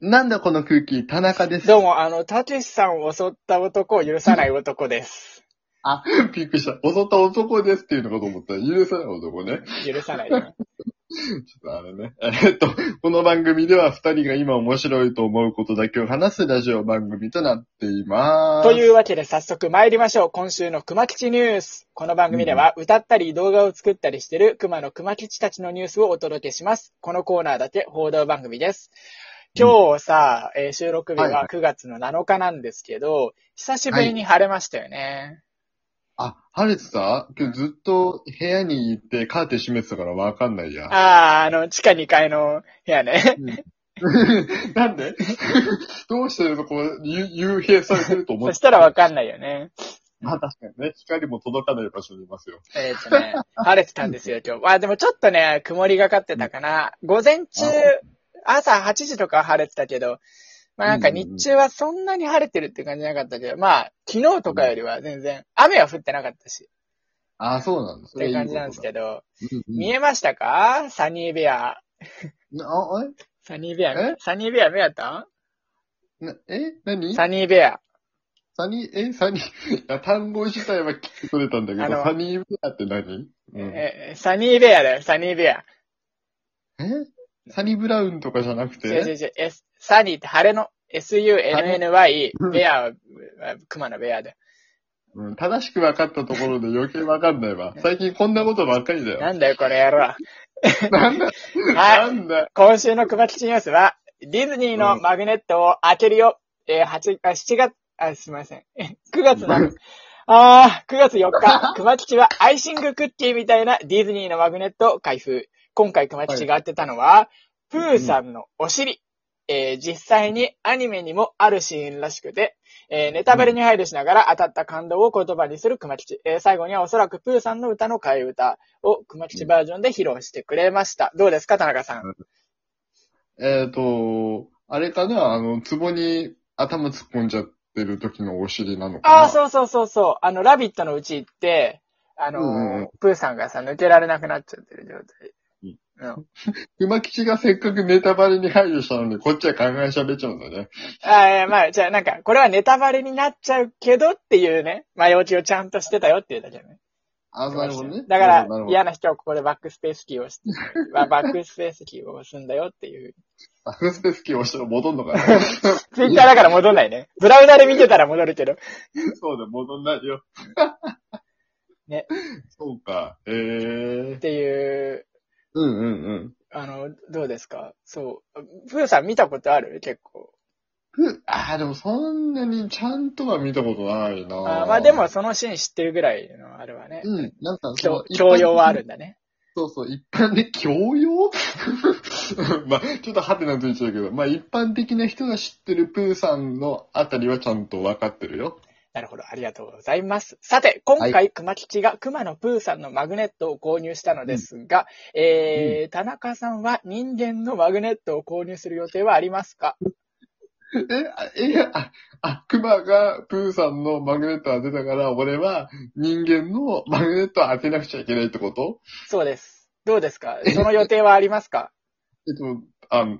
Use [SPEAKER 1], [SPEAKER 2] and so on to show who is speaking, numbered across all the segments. [SPEAKER 1] なんだこの空気、田中です。
[SPEAKER 2] どうも、あの、たけしさんを襲った男を許さない男です。
[SPEAKER 1] あ、びっくりした。襲った男ですっていうのかと思ったら、許さない男ね。
[SPEAKER 2] 許さな い
[SPEAKER 1] ち
[SPEAKER 2] よ。
[SPEAKER 1] ょっとあれね。えっと、この番組では二人が今面白いと思うことだけを話すラジオ番組となっています。
[SPEAKER 2] というわけで早速参りましょう。今週の熊吉ニュース。この番組では歌ったり動画を作ったりしてる熊の熊吉たちのニュースをお届けします。このコーナーだけ報道番組です。今日さ、えー収録日
[SPEAKER 1] はいは
[SPEAKER 2] は9月の7日なんですけど、久しぶりに晴れましたよね。
[SPEAKER 1] あ、晴れてた今日ずっと部屋に行ってカーテン閉めてたからわかんないや。
[SPEAKER 2] あー、あの、地下2階の部屋ね。
[SPEAKER 1] なんでどうしてそこ、ゆ幽閉されてると思っ
[SPEAKER 2] そ
[SPEAKER 1] て
[SPEAKER 2] したらわかんないよね。
[SPEAKER 1] まあ確かにね、光も届かない場所にいますよ。
[SPEAKER 2] えっ、とね、晴れてたんですよ、今日。まあでもちょっとね、曇りがかってたかな。午前中
[SPEAKER 1] あ、
[SPEAKER 2] 朝8時とかは晴れてたけど、まあなんか
[SPEAKER 1] うんうんうん
[SPEAKER 2] 日中はそんなに晴れてるって感じじゃなかったけど、まあ昨日とかよりは全然、雨は降ってなかったし、
[SPEAKER 1] ああ、そうなんです
[SPEAKER 2] って感じなんですけ
[SPEAKER 1] ど。
[SPEAKER 2] ど、
[SPEAKER 1] うん
[SPEAKER 2] 見えましたかサニーベア。
[SPEAKER 1] うんあ、え
[SPEAKER 2] サニーベ
[SPEAKER 1] え
[SPEAKER 2] ア、サニーベア見えた
[SPEAKER 1] なえ何
[SPEAKER 2] サニーベア。
[SPEAKER 1] サニー、えサニー、いや、単語自体は聞き取れたんだけ
[SPEAKER 2] あ
[SPEAKER 1] ど、
[SPEAKER 2] の
[SPEAKER 1] サニーベアって何、うん、え
[SPEAKER 2] えサニーベアだよ、サニーベア。
[SPEAKER 1] サニーブラウンとかじゃなく
[SPEAKER 2] 違う違
[SPEAKER 1] て
[SPEAKER 2] う違う、S、サニーって晴れの、SUNNY
[SPEAKER 1] うん、
[SPEAKER 2] ベアは、熊のベアで。
[SPEAKER 1] うん、正しく分かったところで余計分かんない わ。最近こんなことばっかりだ
[SPEAKER 2] な
[SPEAKER 1] よ。
[SPEAKER 2] んだよ、これやろう。
[SPEAKER 1] なんだ、
[SPEAKER 2] は。
[SPEAKER 1] ないんだ、
[SPEAKER 2] 今週の熊吉ニュースは、ディズニーのマグネットを開けるよ。えー、8、あ、7月、あ、すみません。 え9月の、あー、9月4日、熊吉はアイシングクッキーみたいなディズニーのマグネットを開封。今回熊吉が当てたのは、プーさんのお尻。えー、実際にアニメにもあるシーンらしくて、えー、ネタバレに配慮しながら当たった感動を言葉にする熊吉。えー、最後にはおそらくプーさんの歌の替え歌を熊吉バージョンで披露してくれました。どうですか、田中さん。
[SPEAKER 1] えっ、と、あれかなあの、壺に頭突っ込んじゃってる時のお尻なのかな
[SPEAKER 2] ああ、そうそうそうそう。あの、ラビットのうち行って、あのー、
[SPEAKER 1] うんうん
[SPEAKER 2] プーさんがさ、抜けられなくなっちゃってる状態。うん。
[SPEAKER 1] 熊吉がせっかくネタバレに配慮したのに、こっちは考え喋っちゃうんだね。
[SPEAKER 2] あえまあ、じゃあなんか、これはネタバレになっちゃうけどっていうね、前置きをちゃんとしてたよっていうだけね。
[SPEAKER 1] あ、なるほどね。
[SPEAKER 2] だから
[SPEAKER 1] なる、ほど。
[SPEAKER 2] 嫌な人はここでバックスペースキーをし、バックスペースキーを押すんだよっていう。
[SPEAKER 1] あフスペースキー押したら戻んのかな
[SPEAKER 2] ツイッターだから戻んないね。ブラウザで見てたら戻るけど。
[SPEAKER 1] そうだ、戻んないよ。
[SPEAKER 2] ね。
[SPEAKER 1] そうか。ええ
[SPEAKER 2] っ。ていう、
[SPEAKER 1] うんうんうん。
[SPEAKER 2] あの、どうですかそう。プーさん見たことある結構。
[SPEAKER 1] ふああ、でもそんなにちゃんとは見たことないな
[SPEAKER 2] あーまあでも、そのシーン知ってるぐらいのあれはね。
[SPEAKER 1] うん、なんかそ
[SPEAKER 2] 教
[SPEAKER 1] う、
[SPEAKER 2] 教養はある
[SPEAKER 1] 一般的に。
[SPEAKER 2] んだね。
[SPEAKER 1] そうそう、一般で教養 まあ、ちょっとハテナついちゃうけど、まあ一般的な人が知ってるプーさんのあたりはちゃんと分かってるよ。
[SPEAKER 2] なるほど。ありがとうございます。さて、今
[SPEAKER 1] は
[SPEAKER 2] 回、熊吉が熊のプーさんのマグネットを購入したのですが、えー田中さんは人間のマグネットを購入する予定はありますか
[SPEAKER 1] え、あえ、あ、あ、クマがプーさんのマグネットを当てたから、俺は人間のマグネットを当てなくちゃいけないってこと
[SPEAKER 2] そうです。どうですかその予定はあります か
[SPEAKER 1] えっと、あの、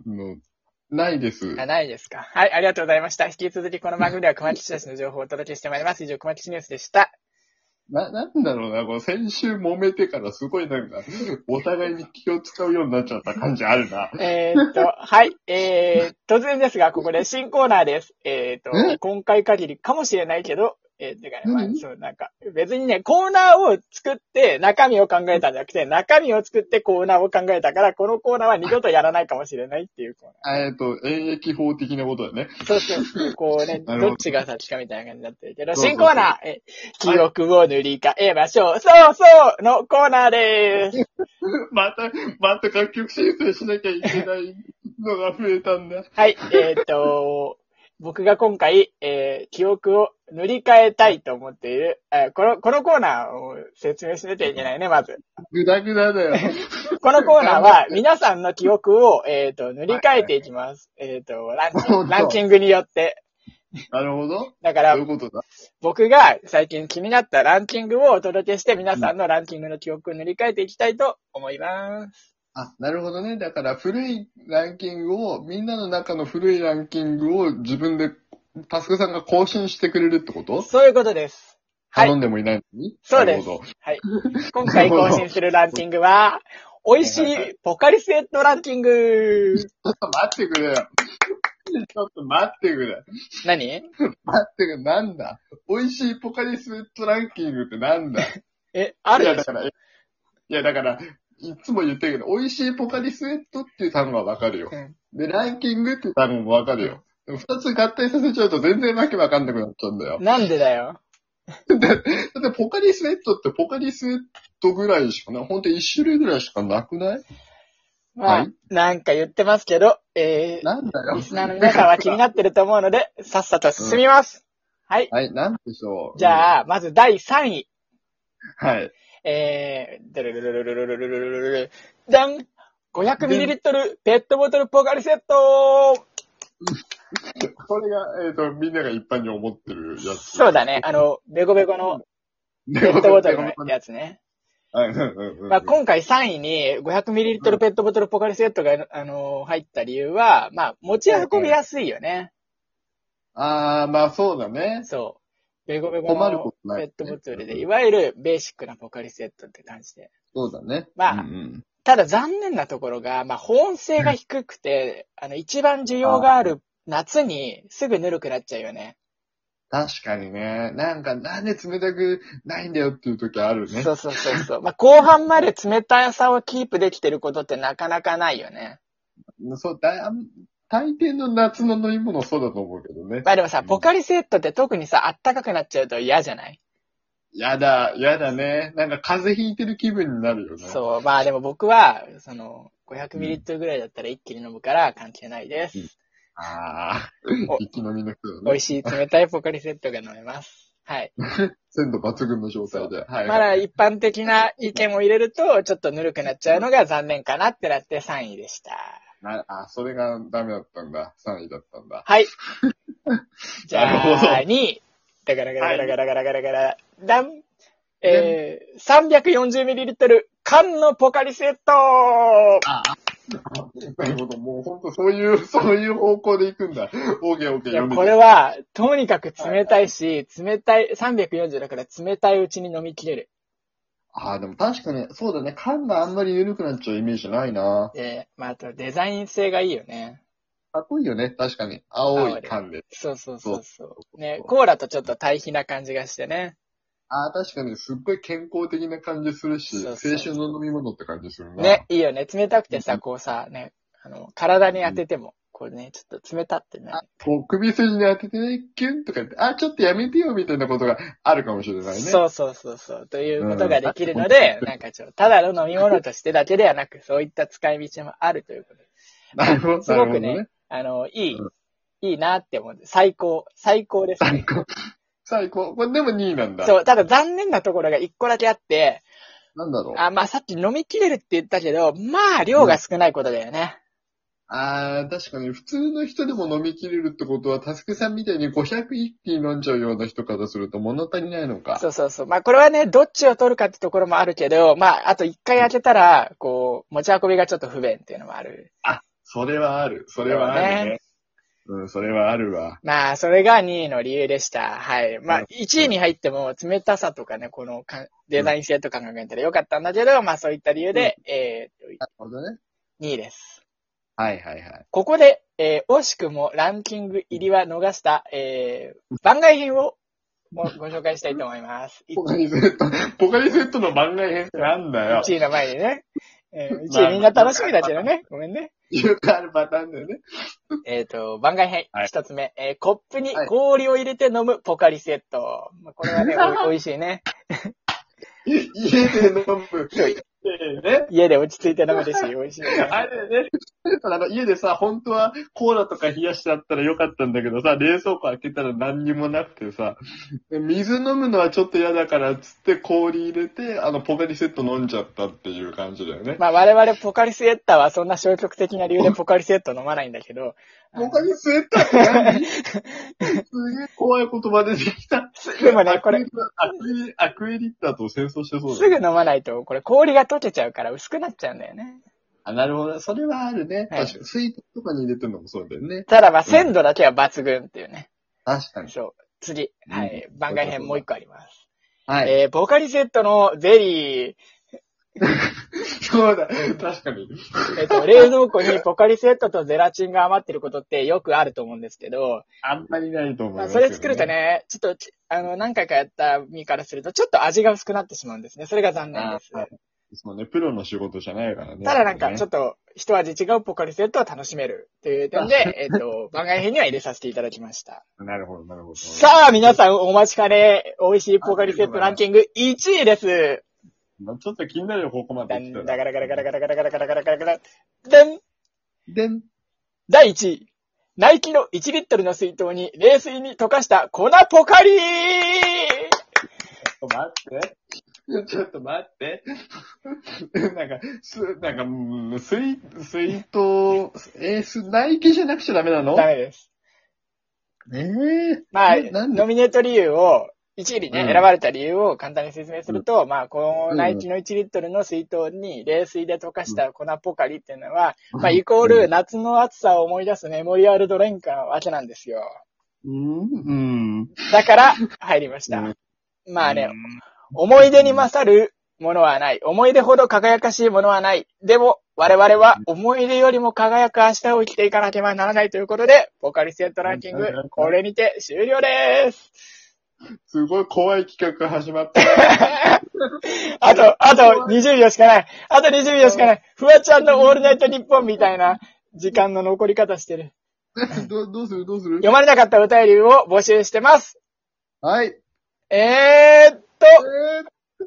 [SPEAKER 1] ないです。
[SPEAKER 2] あないですかはい、ありがとうございました。引き続きこの番組では熊吉たちの情報をお届けしてまいります。以上、熊吉ニュースでした。
[SPEAKER 1] な、なんだろうな、この先週揉めてからすごいなんか、お互いに気を使うようになっちゃった感じあるな。
[SPEAKER 2] えー っと、はい。えー、突然ですが、ここで新コーナーです。えーっ
[SPEAKER 1] え
[SPEAKER 2] と、今回限りかもしれないけど、えー、てかね、まあ、
[SPEAKER 1] 何
[SPEAKER 2] そう、なんか、別にね、コーナーを作って中身を考えたんじゃなくて、中身を作ってコーナーを考えたから、このコーナーは二度とやらないかもしれないっていうコー
[SPEAKER 1] あえっと、演疫法的なことだね。
[SPEAKER 2] ナー。そうそう、こうね、
[SPEAKER 1] なるほど
[SPEAKER 2] どっちが先かみたいな感じになってるけど、
[SPEAKER 1] そうそうそう
[SPEAKER 2] 新コーナー、え、記憶を塗り替えましょう、そうそうのコーナーでーす。
[SPEAKER 1] また、また楽曲申請しなきゃいけないのが増えたんだ。
[SPEAKER 2] はい、えーっと、 僕が今回、えー記憶を塗り替えたいと思っている、えーこの、このコーナーを説明しなきゃいけないね、まず。
[SPEAKER 1] ぐだぐだだよ。
[SPEAKER 2] このコーナー は、皆さんの記憶を、えーっと、塗り替えていきます。えーっと、 ランキ
[SPEAKER 1] なるほ
[SPEAKER 2] ン
[SPEAKER 1] ど
[SPEAKER 2] グ、ランキングによって。
[SPEAKER 1] なるほど。
[SPEAKER 2] だ
[SPEAKER 1] そう
[SPEAKER 2] か
[SPEAKER 1] い
[SPEAKER 2] ら
[SPEAKER 1] う、ことだ。
[SPEAKER 2] 僕が最近気になったランキングをお届けして、皆さんのランキングの記憶を塗り替えていきたいと思います。
[SPEAKER 1] あ、なるほどね。だから古いランキングを、みんなの中の古いランキングを自分で、タスクさんが更新してくれるってこと
[SPEAKER 2] そういうことです。はい
[SPEAKER 1] 頼んでもいないのに、
[SPEAKER 2] そうです
[SPEAKER 1] なるほど
[SPEAKER 2] はい。今回更新するランキン グは、美味しいポカリスエットランキング
[SPEAKER 1] ちょっと待ってくれよ。 ちょっと待ってくれ。
[SPEAKER 2] 何
[SPEAKER 1] 待ってくれ。なんだ美味しいポカリスエットランキングってなんだ
[SPEAKER 2] え、あ
[SPEAKER 1] いや、
[SPEAKER 2] る
[SPEAKER 1] だから、いや、だから、いつも言ってるけど、美味しいポカリスエットっていう単語はわかるよ
[SPEAKER 2] う。ん
[SPEAKER 1] で、ランキングっていう単語もわかるよ。でも二つ合体させちゃうと全然わけわかんなくなっちゃうんだよ。
[SPEAKER 2] なんでだよ。
[SPEAKER 1] だってポカリスエットってポカリスエットぐらいしかない。ほんと一種類ぐらいしかなくない
[SPEAKER 2] まあ、
[SPEAKER 1] はい
[SPEAKER 2] なんか言ってますけど、えー、
[SPEAKER 1] なんだよ
[SPEAKER 2] リ。スナーの皆さんは気になってると思うので、さっさと進みます。はい。
[SPEAKER 1] はい、なんでしょう。
[SPEAKER 2] じ
[SPEAKER 1] あ、
[SPEAKER 2] ゃあ、まず第3位。
[SPEAKER 1] はい。
[SPEAKER 2] えー、ドゥルルルルルルルルルルルル。じゃん !500ml ペットボトルポカリセット
[SPEAKER 1] これが、えっ、と、みんなが一般に思ってるやつ。
[SPEAKER 2] そうだね。あの、ベコベコの
[SPEAKER 1] ペ
[SPEAKER 2] ペットボトルのやつね。まあ、
[SPEAKER 1] あ、
[SPEAKER 2] 今回3位に 500ml ペットボトルポカリセットが、あのー入った理由は、まあ、持ち運びやすいよね。
[SPEAKER 1] あー、まあそうだね。
[SPEAKER 2] そう。ベコベコ
[SPEAKER 1] 困るこ
[SPEAKER 2] の
[SPEAKER 1] とない、
[SPEAKER 2] ペットボトルで、いわゆるベーシックなポカリセットって感じで。
[SPEAKER 1] そうだね。
[SPEAKER 2] ま
[SPEAKER 1] うんう
[SPEAKER 2] あ
[SPEAKER 1] ん
[SPEAKER 2] ただ残念なところが、まあ、保温性が低くて、あの、一番需要がある夏にすぐぬるくなっちゃうよね。
[SPEAKER 1] 確かにね。なんか、なんで冷たくないんだよっていう時あるね。
[SPEAKER 2] そうそうそうそう。まあ、後半まで冷たさをキープできてることってなかなかないよね。
[SPEAKER 1] そう、だ大抵の夏の飲み物そうだと思うけどね。
[SPEAKER 2] まあでもさ、ポカリセットって特にさ、あったかくなっちゃうと嫌じゃない
[SPEAKER 1] やだ、やだね。なんか風邪ひいてる気分になるよね。
[SPEAKER 2] そう、まあでも僕は、その、500ml ぐらいだったら一気に飲むから関係ないです。
[SPEAKER 1] ああ
[SPEAKER 2] お、
[SPEAKER 1] 一気飲みの人
[SPEAKER 2] 美
[SPEAKER 1] だね。
[SPEAKER 2] 味しい冷たいポカリセットが飲めます。はい。
[SPEAKER 1] 鮮度抜群の状態で。はい。
[SPEAKER 2] まだ一般的な意見を入れると、ちょっとぬるくなっちゃうのが残念かなってなって3位でした。
[SPEAKER 1] なあ、それがダメだったんだ。3位だったんだ。
[SPEAKER 2] はい。じ
[SPEAKER 1] なるほど
[SPEAKER 2] ゃあ、2位。ガラガラガラガラガラガラガラ。ダン。えー、340ml 缶のポカリセット
[SPEAKER 1] なるほど。もう本当そういう、 そういう方向で行くんだ。オーケーオーケー。
[SPEAKER 2] いや、
[SPEAKER 1] 読んで
[SPEAKER 2] これは、とにかく冷たいし、冷たい、340だから冷たいうちに飲み切れる。
[SPEAKER 1] ああ、でも確かに、そうだね。缶があんまり緩くなっちゃうイメージないな。
[SPEAKER 2] で、まあ、あとデザイン性がいいよね。
[SPEAKER 1] かっこいいよね。確かに。青い缶で。
[SPEAKER 2] そうそうそうそう。ね、
[SPEAKER 1] そう
[SPEAKER 2] コーラとちょっと対比な感じがしてね。
[SPEAKER 1] ああ、確かに、すっごい健康的な感じするし、
[SPEAKER 2] そうそう
[SPEAKER 1] 青春の飲み物って感じするな。
[SPEAKER 2] ね、いいよね。冷たくて
[SPEAKER 1] う
[SPEAKER 2] さ、
[SPEAKER 1] ん
[SPEAKER 2] こうさ、ね、あの、体に当てても、こうね、ちょっと冷たってね。
[SPEAKER 1] こう、首筋に当ててね、キュンとか言って、あ、ちょっとやめてよ、みたいなことがあるかもしれないね。
[SPEAKER 2] そうそうそうそう。ということができるので、 なんかちょっと、ただの飲み物としてだけではなく、そういった使い道もあるということで。
[SPEAKER 1] なるほど。
[SPEAKER 2] すごく
[SPEAKER 1] なる
[SPEAKER 2] ね、あの、いい、
[SPEAKER 1] う
[SPEAKER 2] いいなって思う。最高、最高です
[SPEAKER 1] ほど
[SPEAKER 2] ね
[SPEAKER 1] ね。最。高。最高。これでも2位なんだ。。
[SPEAKER 2] そうう、ただ残念なところが一個だけあって、
[SPEAKER 1] なんだろう。
[SPEAKER 2] あ、まあさっき飲み切れるって言ったけど、まあ量が少ないことだよね。
[SPEAKER 1] ああ、確かに、普通の人でも飲み切れるってことは、タスクさんみたいに500一気に飲んじゃうような人からすると物足りないのか。
[SPEAKER 2] そうそうそう。まあこれはね、どっちを取るかってところもあるけど、まああと一回開けたら、こう、持ち運びがちょっと不便っていうのもある。
[SPEAKER 1] それはある。それはあるね。うん、それはあるわ。
[SPEAKER 2] まあそれが2位の理由でした。はい。ま
[SPEAKER 1] う
[SPEAKER 2] あ
[SPEAKER 1] ん
[SPEAKER 2] 1位に入っても冷たさとかね、このかデザイン性とか考えたらよかったんだけど、まあそういった理由で、え
[SPEAKER 1] なるほどね。
[SPEAKER 2] ー、2位です。
[SPEAKER 1] はいはいはい。
[SPEAKER 2] ここで、えー惜しくもランキング入りは逃した、えー番外編をもうご紹介したいと思い ます。
[SPEAKER 1] ポカリセット、ポカリセットの番外編ってなんだよ。
[SPEAKER 2] 1位の前にね。えー、
[SPEAKER 1] まあ
[SPEAKER 2] 1位みんな楽しみだけどね。ごめんね。
[SPEAKER 1] よくあるパターンだよね。
[SPEAKER 2] えっ、と、番外編
[SPEAKER 1] はい
[SPEAKER 2] 1つ目、えーコップに
[SPEAKER 1] はい
[SPEAKER 2] 氷を入れて飲むポカリセット。まあこれ はね、お美味しいね。
[SPEAKER 1] 家で飲む。家でね。
[SPEAKER 2] 家で落ち着いて飲むですし、美味しいよね。
[SPEAKER 1] あれね。あの家でさ、本当はコーラとか冷やしてあったらよかったんだけどさ、冷蔵庫開けたら何にもなくてさ、水飲むのはちょっと嫌だからっつって氷入れて、あの、ポカリセット飲んじゃったっていう感じだよね。
[SPEAKER 2] まあ我々ポカリスエッターはそんな消極的な理由 でポカリスエット飲まないんだけど、あの
[SPEAKER 1] ポカリスエットって何すげえ怖い言葉出てきた。
[SPEAKER 2] でもねこれ
[SPEAKER 1] アクエリ。アクエリアクエリッターと戦争してそうだ
[SPEAKER 2] す
[SPEAKER 1] よ
[SPEAKER 2] ぐ飲まないと、これ氷が溶けちゃうから薄くなっちゃうんだよね。
[SPEAKER 1] あ、なるほど。それはあるね。
[SPEAKER 2] はい
[SPEAKER 1] 確かに。スイートとかに入れてるのもそうだよね。
[SPEAKER 2] ただまあ、鮮度だけは抜群っていうね。
[SPEAKER 1] 確かに。
[SPEAKER 2] そう。次。はい。番外編もう一個あります。
[SPEAKER 1] はい。
[SPEAKER 2] えー、ボカリセットのゼリー。
[SPEAKER 1] そうだ。確かに。
[SPEAKER 2] え っと、冷蔵庫にポカリセットとゼラチンが余ってることってよくあると思うんですけど、
[SPEAKER 1] あんまりないと思い
[SPEAKER 2] ま
[SPEAKER 1] ま
[SPEAKER 2] あ、
[SPEAKER 1] す
[SPEAKER 2] そ
[SPEAKER 1] けど、
[SPEAKER 2] れ作るとね、ちょっとち、あの、何回かやった身からすると、ちょっと味が薄くなってしまうんですね。それが残念です。
[SPEAKER 1] あそうね、プロの仕事じゃないからね。
[SPEAKER 2] ただなんか、ちょ
[SPEAKER 1] っ
[SPEAKER 2] っと、一味違うポカリセットを楽しめるという 点で、えっと、番外編には入れさせていただきました。
[SPEAKER 1] と。なるほど、なるほど。
[SPEAKER 2] さあ、皆さんお待ちかね、美味しいポカリセットランキング1位です。
[SPEAKER 1] まあちょっと気になるよ、ここまで
[SPEAKER 2] だ
[SPEAKER 1] 来
[SPEAKER 2] ん
[SPEAKER 1] た
[SPEAKER 2] だ
[SPEAKER 1] ら。
[SPEAKER 2] からからからからからからからからから。でん
[SPEAKER 1] でん。
[SPEAKER 2] 第1位。ナイキの1リットルの水筒に冷水に溶かした粉ポカリ
[SPEAKER 1] ちょっと待って。 ちょっと待って。 なんか、す、なんか、うん水、水筒、えー、す、ナイキじゃなくちゃダメなの
[SPEAKER 2] ダメです。
[SPEAKER 1] えー、
[SPEAKER 2] まあ、
[SPEAKER 1] えな
[SPEAKER 2] ノ
[SPEAKER 1] んで
[SPEAKER 2] ミネート理由を、1位にね、
[SPEAKER 1] うん
[SPEAKER 2] 選ばれた理由を簡単に説明すると、まあ、このナイキの1リットルの水筒に冷水で溶かした粉ポカリっていうのは、まあ、イコール夏の暑さを思い出すメモリアルドリンクなわけなんですよ。
[SPEAKER 1] うん、うん。
[SPEAKER 2] だから、入りました。
[SPEAKER 1] うん
[SPEAKER 2] まあね、思い出に勝るものはない。思い出ほど輝かしいものはない。でも、我々は思い出よりも輝く明日を生きていかなければならないということで、ボカリセットランキング、これにて終了です。
[SPEAKER 1] すごい怖い企画が始まった。
[SPEAKER 2] あと、あと20秒しかない。あと20秒しかない。フワちゃんのオールナイトニッポンみたいな時間の残り方してる。
[SPEAKER 1] どどうするどうする
[SPEAKER 2] 読まれなかったお便りを募集してます。
[SPEAKER 1] はい。
[SPEAKER 2] えーっと、
[SPEAKER 1] えー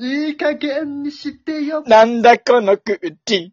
[SPEAKER 1] いい加減にしてよ。
[SPEAKER 2] なんだこの空気。